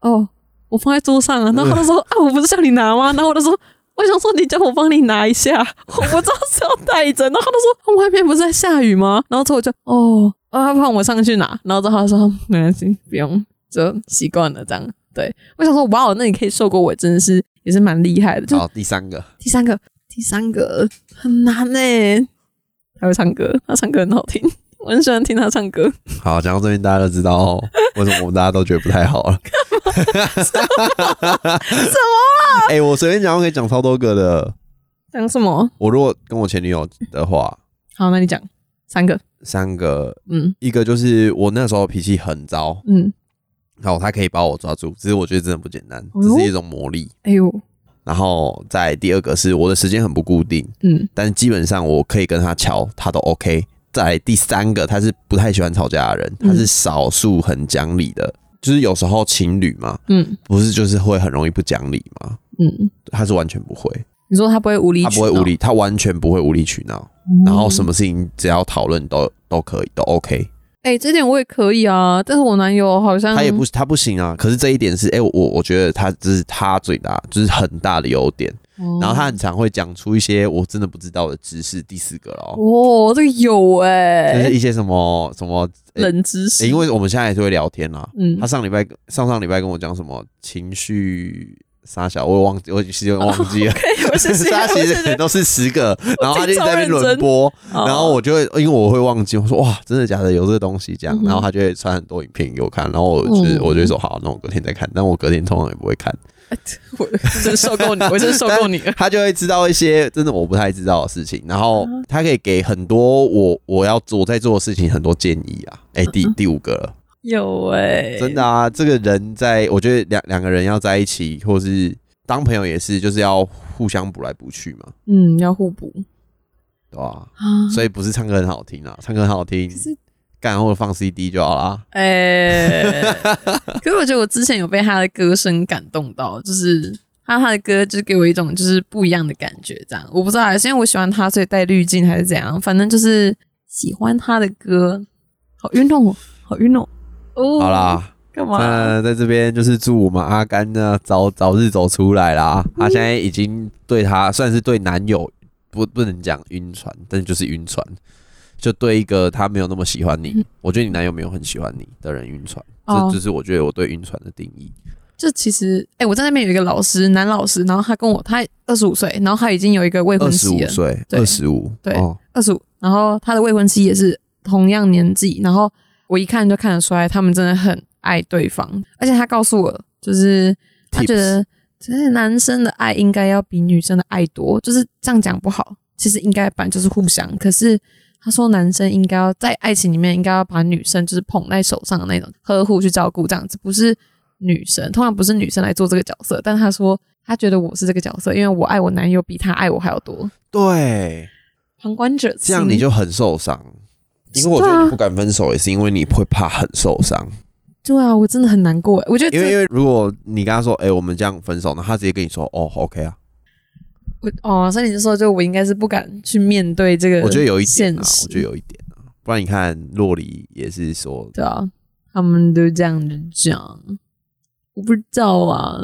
Speaker 2: 哦我放在桌上啊，然后他就说啊我不是叫你拿吗？然后我就说。嗯我想说，你叫我帮你拿一下， 我不知道是要带着。然后他就说，哦外面不是在下雨吗？然后之后我就，哦，啊，不然我上去拿。然后之后他说，没关系，不用，就习惯了这样。对，我想说，哇哦，那你可以受过我，真的是也是蛮厉害的。就
Speaker 1: 好，第三个，
Speaker 2: 第三个，第三个很难呢、他会唱歌，他唱歌很好听，我很喜欢听他唱歌。
Speaker 1: 好，讲到这边大家都知道哦为什么我们大家都觉得不太好了。 什么？哎、我随便讲，我可以讲超多个的。
Speaker 2: 讲什么？
Speaker 1: 我如果跟我前女友的话，
Speaker 2: 好，那你讲三个。
Speaker 1: 三个，
Speaker 2: 嗯
Speaker 1: 一个就是我那时候脾气很糟，
Speaker 2: 嗯，
Speaker 1: 然后她可以把我抓住，只是我觉得真的不简单，
Speaker 2: 哦
Speaker 1: 这
Speaker 2: 哟
Speaker 1: 是一种魔力。
Speaker 2: 哎呦，
Speaker 1: 然后在第二个是我的时间很不固定，
Speaker 2: 嗯
Speaker 1: 但是基本上我可以跟她瞧，她都 OK。在第三个，她是不太喜欢吵架的人，
Speaker 2: 嗯
Speaker 1: 她是少数很讲理的，就是有时候情侣嘛，
Speaker 2: 嗯
Speaker 1: 不是就是会很容易不讲理嘛，
Speaker 2: 嗯，
Speaker 1: 她是完全不会，
Speaker 2: 你说他不会无理，嗯
Speaker 1: 她不会无，理，她完全不会无理取闹，然后什么事情只要讨论都都可以，都 OK。
Speaker 2: 哎、这点我也可以啊，但是我男友好像
Speaker 1: 他也不他不行啊。可是这一点是，哎、我我我觉得他这是他最大，就是很大的优点。
Speaker 2: 哦
Speaker 1: 然后他很常会讲出一些我真的不知道的知识。第四个咯，
Speaker 2: 哦，这个有哎、
Speaker 1: 就是一些什么什么、哎
Speaker 2: 冷知识，
Speaker 1: 哎因为我们现在还是会聊天啦。
Speaker 2: 嗯
Speaker 1: 他，上礼拜上上礼拜跟我讲什么情绪傻小，我也忘记，我其实有点忘记了。
Speaker 2: 我 谢 谢，
Speaker 1: 他其
Speaker 2: 我
Speaker 1: 实
Speaker 2: 谢谢
Speaker 1: 都是十个，然后他就在那边
Speaker 2: 超认
Speaker 1: 轮
Speaker 2: 真
Speaker 1: 播，
Speaker 2: 哦
Speaker 1: 然后我就会，因为我会忘记，我说哇，真的假的有这个东西这样
Speaker 2: 嗯，哼
Speaker 1: 然后他就会传很多影片给我看，然后我就是、
Speaker 2: 嗯
Speaker 1: 我就会说好，那我隔天再看，但我隔天通常也不会看，
Speaker 2: 我真受够你，我真受够你了。
Speaker 1: 他就会知道一些真的我不太知道的事情，然后他可以给很多我我要做我在做的事情很多建议啊，
Speaker 2: 嗯
Speaker 1: 哎、第第五个了，
Speaker 2: 有哎、
Speaker 1: 真的啊，这个人在我觉得两两个人要在一起，或是当朋友也是，就是要互相补来补去嘛，
Speaker 2: 嗯，要互补
Speaker 1: 对吧、
Speaker 2: 啊。
Speaker 1: 所以不是唱歌很好听啊，唱歌很好听
Speaker 2: 是，
Speaker 1: 干或者放 CD 就好啦。
Speaker 2: 哎、 可是我觉得我之前有被他的歌声感动到，就是他他的歌就给我一种就是不一样的感觉，这样我不知道还是因为我喜欢他所以带滤镜还是怎样，反正就是喜欢他的歌，好运动哦，好运动哦，
Speaker 1: 好，啦，
Speaker 2: 干嘛？
Speaker 1: 那在这边就是祝我们阿甘呢早早日走出来啦。
Speaker 2: 嗯
Speaker 1: 他现在已经对他算是对男友不不能讲晕船，但就是晕船，就对一个他没有那么喜欢你，我觉得你男友没有很喜欢你的人晕船，
Speaker 2: 嗯哦
Speaker 1: 这就是我觉得我对晕船的定义。
Speaker 2: 就其实，哎、我在那边有一个老师，男老师，然后他跟我，他二十五岁，然后他已经有一个未
Speaker 1: 二
Speaker 2: 婚
Speaker 1: 十
Speaker 2: 妻
Speaker 1: 五
Speaker 2: 了，
Speaker 1: 岁，
Speaker 2: 对
Speaker 1: 二十五，
Speaker 2: 对
Speaker 1: 哦，
Speaker 2: 二十五，然后他的未婚妻也是同样年纪，然后我一看就看得出来，他们真的很爱对方，而且他告诉我，就是他
Speaker 1: Tips
Speaker 2: 觉得，其实男生的爱应该要比女生的爱多，就是这样讲不好，其实应该本来就是互相，可是。他说：“男生应该要在爱情里面，应该要把女生就是捧在手上的那种呵护去照顾，这样子不是女生，通常不是女生来做这个角色。但他说他觉得我是这个角色，因为我爱我男友比他爱我还要多。
Speaker 1: 对，
Speaker 2: 旁观者
Speaker 1: 这样
Speaker 2: 清
Speaker 1: 你就很受伤。因为
Speaker 2: 是
Speaker 1: 我觉
Speaker 2: 啊
Speaker 1: 得你不敢分手，也是因为你会怕很受伤。
Speaker 2: 对啊，我真的很难过欸。我觉得
Speaker 1: 因为因
Speaker 2: 这
Speaker 1: 为如果你跟他说，哎、我们这样分手，然后他直接跟你说，哦，OK 啊，
Speaker 2: 我哦，所以你就说，就我应该是不敢去面对这个，
Speaker 1: 我觉得有一点
Speaker 2: 现
Speaker 1: 啊，
Speaker 2: 实，
Speaker 1: 我觉得有一点啊，不然你看洛里也是说，
Speaker 2: 对啊，他们都这样子讲，我不知道啊，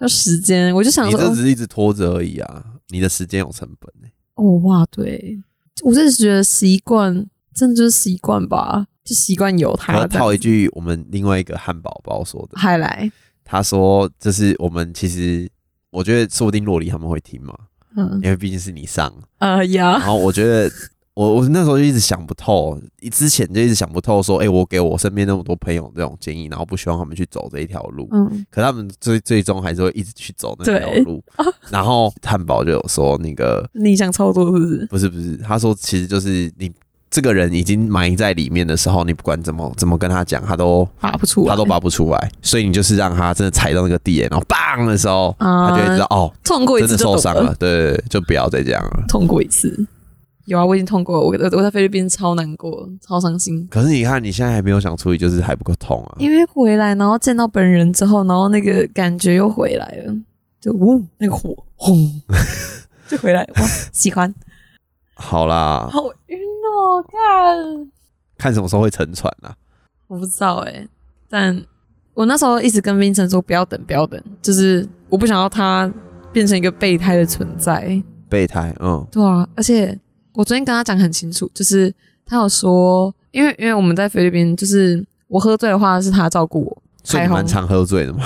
Speaker 2: 要时间，我就想
Speaker 1: 你
Speaker 2: 说，
Speaker 1: 这
Speaker 2: 哦
Speaker 1: 只是一直拖着而已啊，你的时间有成本、欸、
Speaker 2: 哦哇，对，我真的觉得习惯，真的就是习惯吧，就习惯有
Speaker 1: 然后
Speaker 2: 他
Speaker 1: 套一
Speaker 2: 的，
Speaker 1: 句我们另外一个汉堡包说的，
Speaker 2: 还来，
Speaker 1: 他说就是我们其实，我觉得说不定洛里他们会听嘛，
Speaker 2: 嗯
Speaker 1: 因为毕竟是你上，
Speaker 2: 呃呀，
Speaker 1: 然后我觉得。我我那时候就一直想不透，之前就一直想不透，说，哎、我给我身边那么多朋友这种建议，然后不希望他们去走这一条路，
Speaker 2: 嗯，
Speaker 1: 可他们最最终还是会一直去走那条
Speaker 2: 对 哦
Speaker 1: 路。然后汉堡就有说，那个
Speaker 2: 逆向操作是不是？
Speaker 1: 不是不是，他说其实就是你这个人已经埋在里面的时候，你不管怎么怎么跟他讲，他都
Speaker 2: 拔不出来，
Speaker 1: 他都拔不出来，所以你就是让他真的踩到那个地雷，然后砰的时候，
Speaker 2: 啊
Speaker 1: 他就会知道哦，
Speaker 2: 痛过一
Speaker 1: 真
Speaker 2: 次
Speaker 1: 的
Speaker 2: 就懂
Speaker 1: 受伤了，对对对，就不要再这样了。
Speaker 2: 痛过一次。有啊，我已经痛过，我我我在菲律宾超难过，超伤心，
Speaker 1: 可是你看，你现在还没有想处理，就是还不够痛啊。
Speaker 2: 因为回来然后见到本人之后，然后那个感觉又回来了，就呜那个火 轰就回来，哇喜欢，
Speaker 1: 好啦，
Speaker 2: 好晕哦，看
Speaker 1: 看什么时候会沉船啊啦。
Speaker 2: 我不知道哎、但我那时候一直跟 Vincent 说不要等，不要等，就是我不想要他变成一个备胎的存在，
Speaker 1: 备胎，嗯，
Speaker 2: 对啊，而且我昨天跟他讲很清楚，就是他有说，因为因为我们在菲律宾，就是我喝醉的话是他照顾我，
Speaker 1: 所以
Speaker 2: 彩
Speaker 1: 你
Speaker 2: 虹
Speaker 1: 蛮常喝醉的 嘛。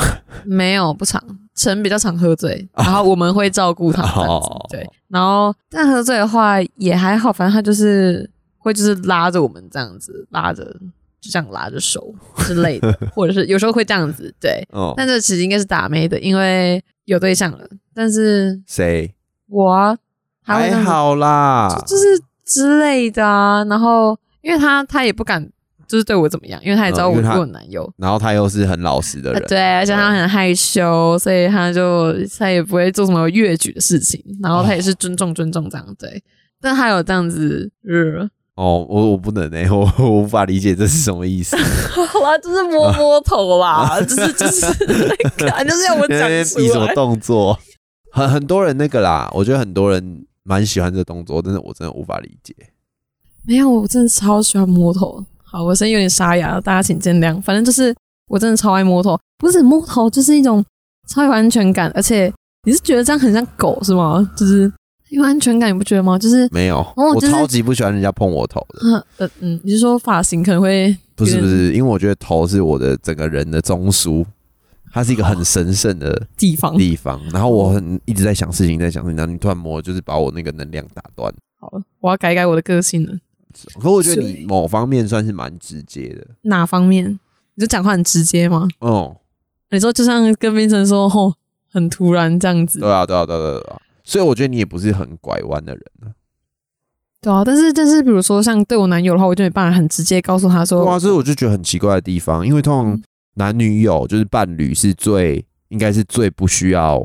Speaker 2: 没有不常，陈比较常喝醉，然后我们会照顾他这样子
Speaker 1: 哦，
Speaker 2: 对，然后但喝醉的话也还好，反正他就是会就是拉着我们这样子拉着。就这样拉着手之 类的，或者是有时候会这样子，对。
Speaker 1: 哦，
Speaker 2: 但这其实应该是打妹的，因为有对象了。但是
Speaker 1: 谁？
Speaker 2: 我啊，他会这样
Speaker 1: 还
Speaker 2: 子
Speaker 1: 好啦，
Speaker 2: 就是之类的啊。然后，因为他他也不敢就是对我怎么样，因为他也知
Speaker 1: 嗯
Speaker 2: 道
Speaker 1: 因
Speaker 2: 我
Speaker 1: 为
Speaker 2: 是
Speaker 1: 他
Speaker 2: 我男友。
Speaker 1: 然后他又是很老实的
Speaker 2: 啊
Speaker 1: 人，
Speaker 2: 对，而且他很害羞，所以他就他也不会做什么越矩的事情，然后他也是尊重尊重这样 对。但他有这样子，呃，
Speaker 1: 哦，我我不能哎、 我我无法理解这是什么意思。
Speaker 2: 好啦，就是摸摸头 啦，就是就是 那个，就是 要我
Speaker 1: 在那
Speaker 2: 讲
Speaker 1: 边
Speaker 2: 出
Speaker 1: 比什么
Speaker 2: 来。
Speaker 1: 动作？很很多人那个啦，我觉得很多人蛮喜欢这个动作，但是我真的无法理解。
Speaker 2: 没有，我真的超喜欢摸头。好，我声音有点沙哑，大家请见谅。反正就是我真的超爱摸头，不是摸头就是一种超有安全感，而且你是觉得这样很像狗是吗？就是有安全感，你不觉得吗？就是
Speaker 1: 没有，我
Speaker 2: 哦就是
Speaker 1: 超级不喜欢人家碰我头的。
Speaker 2: 嗯呃嗯，你是说发型可能会
Speaker 1: 不是
Speaker 2: 有点
Speaker 1: 不是，因为我觉得头是我的整个人的中枢，它是一个很神圣的
Speaker 2: 地方？
Speaker 1: 地方。然后我很一直在想事情，在想事情，然后你突然摸，就是把我那个能量打断。
Speaker 2: 好了，我要改改我的个性了。
Speaker 1: 可我觉得
Speaker 2: 所
Speaker 1: 你
Speaker 2: 以
Speaker 1: 某方面算是蛮直接的，
Speaker 2: 哪方面？你就讲话很直接吗？
Speaker 1: 嗯，
Speaker 2: 你说就像跟冰城说，吼、很突然这样子。
Speaker 1: 对啊，对啊，对啊对啊对啊。所以我觉得你也不是很拐弯的人啊。
Speaker 2: 对啊，但是但是，比如说像对我男友的话，我就没办法很直接告诉他说，
Speaker 1: 对啊，这是我就觉得很奇怪的地方，因为通常
Speaker 2: 嗯
Speaker 1: 男女友就是伴侣是最应该是最不需要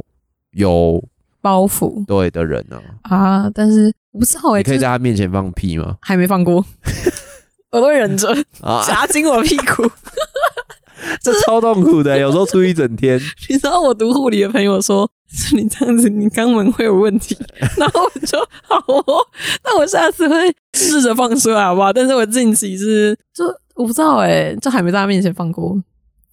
Speaker 1: 有
Speaker 2: 包袱
Speaker 1: 对的人呢、
Speaker 2: 啊。但是我不知道哎、
Speaker 1: 你可以
Speaker 2: 就是
Speaker 1: 在他面前放屁 吗？
Speaker 2: 还没放 过，我都忍着
Speaker 1: 啊，
Speaker 2: 夹紧我的屁股。
Speaker 1: 这超痛苦的，有时候出一整天。
Speaker 2: 你知道我读护理的朋友说，你这样子你肛门会有问 题，然后我就好哦，那我下次会试着放出来好不好？但是我近期是就我不知道哎、就还没在他面前放过，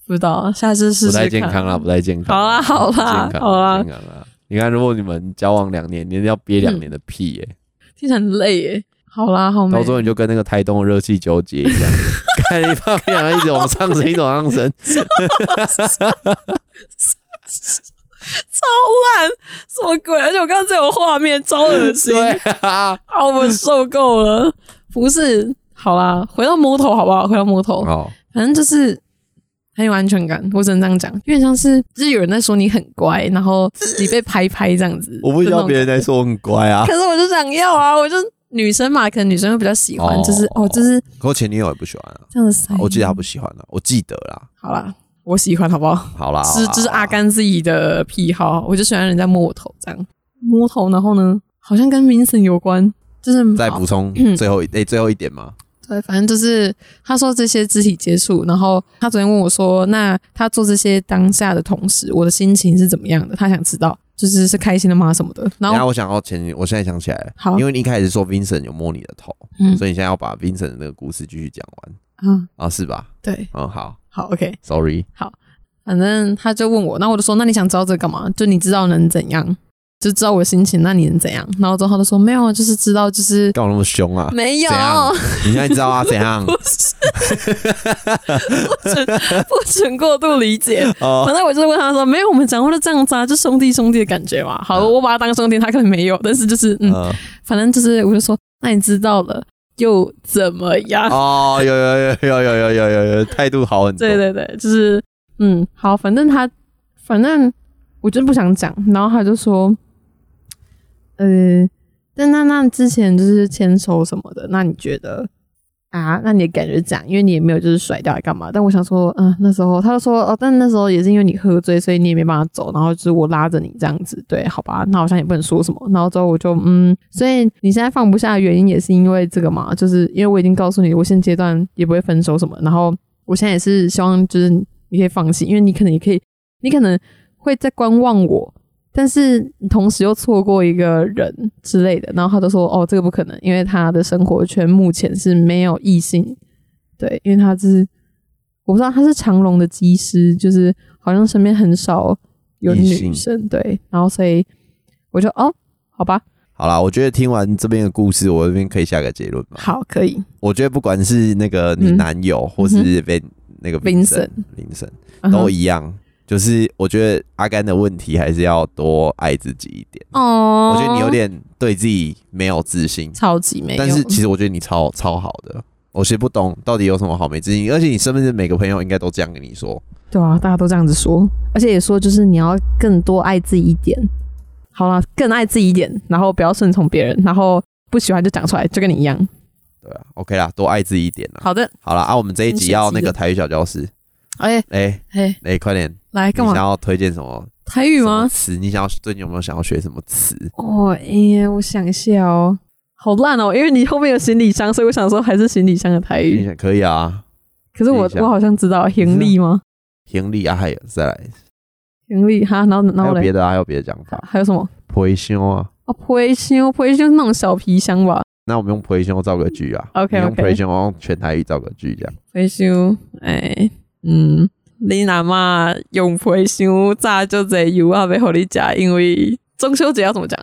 Speaker 2: 不知道，下次试
Speaker 1: 不
Speaker 2: 试看。
Speaker 1: 太健康啦，啊不太健康。
Speaker 2: 好啦好啦
Speaker 1: 不健康
Speaker 2: 好啦
Speaker 1: 不健康啦。你看，如果你们交往两年，你要憋两年的屁耶、
Speaker 2: 听起来很累哎、好啦，好美
Speaker 1: 到时候你就跟那个台东的热气球节一 样，看你放屁，啊然后一直往上升，一直往上升。
Speaker 2: 超烂，哦什么鬼？而且我刚刚这有画面，超恶心，
Speaker 1: 对啊，
Speaker 2: 啊，我受够了。不是，好啦，回到摸头好不好？回到摸头，
Speaker 1: 哦，，
Speaker 2: 反正就是很有安全感，我只能这样讲，有点像是就是有人在说你很乖，然后你被拍拍这样子
Speaker 1: 我不需要别人
Speaker 2: 的
Speaker 1: 来说我很乖啊
Speaker 2: 那种感觉。，可是我就想要啊，我就女生嘛，可能女生会比较喜欢，
Speaker 1: 哦
Speaker 2: 就是哦，就是
Speaker 1: 可我前女友也不喜欢啊，
Speaker 2: 这样子塞。
Speaker 1: 我记得她不喜欢啊，我记得啦。
Speaker 2: 好啦，我喜欢好不好？
Speaker 1: 好啦，
Speaker 2: 是
Speaker 1: 好啦啊
Speaker 2: 就是阿，甘自己的癖好，我就喜欢人家摸我头这样，摸头，然后呢，好像跟 Vincent 有关，就是
Speaker 1: 好啦再
Speaker 2: 好
Speaker 1: 补充
Speaker 2: 嗯
Speaker 1: 最后一诶最后一点吗？
Speaker 2: 对，反正就是他说这些肢体接触，然后他昨天问我说，那他做这些当下的同时，我的心情是怎么样的？他想知道，就是是开心的吗什么的。然
Speaker 1: 然后
Speaker 2: 后
Speaker 1: 我想要前女，我现在想起来了，
Speaker 2: 好
Speaker 1: 因为你一开始说 Vincent 有摸你的头，
Speaker 2: 嗯
Speaker 1: 所以你现在要把 Vincent 的那个故事继续讲完
Speaker 2: 啊，
Speaker 1: 啊，是吧？
Speaker 2: 对，
Speaker 1: 嗯，好
Speaker 2: 好，OK，
Speaker 1: ，Sorry，
Speaker 2: 反正他就问我，那我就说，那你想知道这干嘛？就你知道能怎样？就知道我的心情，那你能怎样？然后之后他就说没有，啊，就是知道，就是
Speaker 1: 干嘛那么凶啊？
Speaker 2: 没有
Speaker 1: 怎，样？你现在知道啊？怎样？
Speaker 2: 不是不准不准过度理解，
Speaker 1: 哦，
Speaker 2: 反正我就是问他说，没有，我们讲话就这样子啊，就兄弟兄弟的感觉嘛。好，
Speaker 1: 嗯
Speaker 2: 我把他当兄弟，他可能没有，但是就是嗯，
Speaker 1: 嗯
Speaker 2: 反正就是我就说，那你知道了又怎么样？
Speaker 1: 哦，有有有有有有有有有，态度好很多。
Speaker 2: 对对对，就是嗯，好，反正他反正我真不想讲，然后他就说，呃，但那那之前就是牵手什么的，那你觉得？啊，那你的感觉讲，因为你也没有就是甩掉来干嘛？但我想说，嗯，那时候他就说，哦，但那时候也是因为你喝醉，所以你也没办法走，然后就是我拉着你这样子，对，好吧，那好像也不能说什么。然后之后我就，嗯，所以你现在放不下的原因也是因为这个嘛，就是因为我已经告诉你，我现阶段也不会分手什么，然后我现在也是希望就是你可以放弃，因为你可能也可以，你可能会在观望我，但是你同时又错过一个人之类的。然后他就说：“哦，这个不可能，因为他的生活圈目前是没有异性。”对，因为他是我不知道他是长隆的技师，就是好像身边很少有
Speaker 1: 异性
Speaker 2: 女生对，然后所以我就哦，好吧，
Speaker 1: 好啦，我觉得听完这边的故事，我这边可以下个结论吧。
Speaker 2: 好，可以，
Speaker 1: 我觉得不管是那个你
Speaker 2: 嗯
Speaker 1: 男友，或是被那个
Speaker 2: Vincent
Speaker 1: Vincent，Vincent
Speaker 2: 嗯哼
Speaker 1: 都一样，就是我觉得阿甘的问题还是要多爱自己一点。
Speaker 2: 哦，
Speaker 1: 我觉得你有点对自己没有自信，
Speaker 2: 超级没有，
Speaker 1: 但是其实我觉得你超超好的。我其实不懂到底有什么好没自信，而且你身边的每个朋友应该都这样跟你说。
Speaker 2: 对啊，大家都这样子说，而且也说就是你要更多爱自己一点。好啦，更爱自己一点，然后不要顺从别人，然后不喜欢就讲出来，就跟你一样。
Speaker 1: 对啊，OK 啦，多爱自己一点啦。
Speaker 2: 好的，
Speaker 1: 好啦，啊，我们这一集要那个台语小教室，
Speaker 2: 哎、
Speaker 1: 哎、
Speaker 2: 哎、
Speaker 1: 哎、快点，
Speaker 2: 来
Speaker 1: 你
Speaker 2: 干嘛
Speaker 1: 想？要推荐什么
Speaker 2: 台语
Speaker 1: 什
Speaker 2: 吗
Speaker 1: 么？词？你想要最近有没有想要学什么词？
Speaker 2: 哦，哎、我想一下哦，好烂哦，因为你后面有行李箱，所以我想说还是行李箱的台
Speaker 1: 你
Speaker 2: 语。
Speaker 1: 想可以啊，
Speaker 2: 可是我
Speaker 1: 行李箱
Speaker 2: 我好像知道行李吗？
Speaker 1: 行李啊，还有再来，
Speaker 2: 行李哈，然后然
Speaker 1: 还
Speaker 2: 后
Speaker 1: 有
Speaker 2: 嘞，
Speaker 1: 别的啊，还有别的讲法，
Speaker 2: 还有什么？
Speaker 1: 培修啊。
Speaker 2: 啊，皮箱，皮箱是那种小皮箱吧？
Speaker 1: 那我们用培修造个句啊
Speaker 2: OK，OK
Speaker 1: 你用培修，我用全台语造个句，这样
Speaker 2: 皮箱，哎、嗯，你阿妈用皮箱炸就这油啊，要互你食，因为中秋节要怎么讲？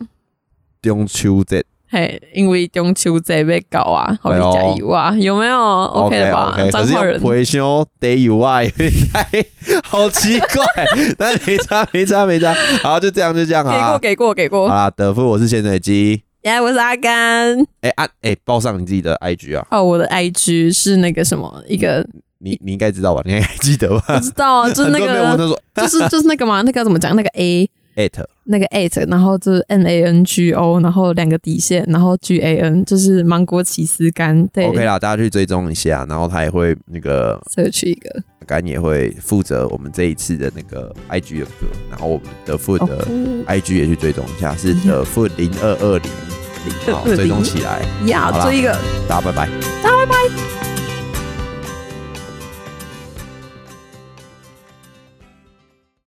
Speaker 1: 中秋节
Speaker 2: 嘿，因为中秋节要到啊，互你
Speaker 1: 哎呦
Speaker 2: 食油啊，有没有 OK 了吧？
Speaker 1: OK，
Speaker 2: 彰
Speaker 1: 可是
Speaker 2: 化人
Speaker 1: 用培修 day u i 有点太 好奇怪， 但没差没差没差，好就这样就这样
Speaker 2: 给过
Speaker 1: 啊。
Speaker 2: 给过给
Speaker 1: 好
Speaker 2: 过，
Speaker 1: 啦，德夫，我是咸水鸡。
Speaker 2: 耶、我是阿甘。
Speaker 1: 哎、啊哎、报上你自己的 IG 啊，
Speaker 2: 哦，我的 IG 是那个什么 一个，
Speaker 1: 你你应该知道吧？ 你应该记得吧？
Speaker 2: 不知道啊，就是那
Speaker 1: 很多人问
Speaker 2: 个，
Speaker 1: 他说
Speaker 2: 就是就是那个嘛，那个要怎么讲？那个 A
Speaker 1: at
Speaker 2: 那个 at，然后就是 n a n g o，然后两个底线，然后 g a n，就是芒果起司干。对
Speaker 1: OK 啦，大家去追踪一下，然后他也会那个
Speaker 2: ，search 一个。
Speaker 1: 甘也会负责我们这一次的那个 IG 的歌，然后我们德富
Speaker 2: 哦嗯
Speaker 1: 的 IG 也去追踪一下，是德富零二二零零，好追踪起来，
Speaker 2: 呀
Speaker 1: 好啦，
Speaker 2: 追一个。
Speaker 1: 大家拜拜。
Speaker 2: 大家拜拜。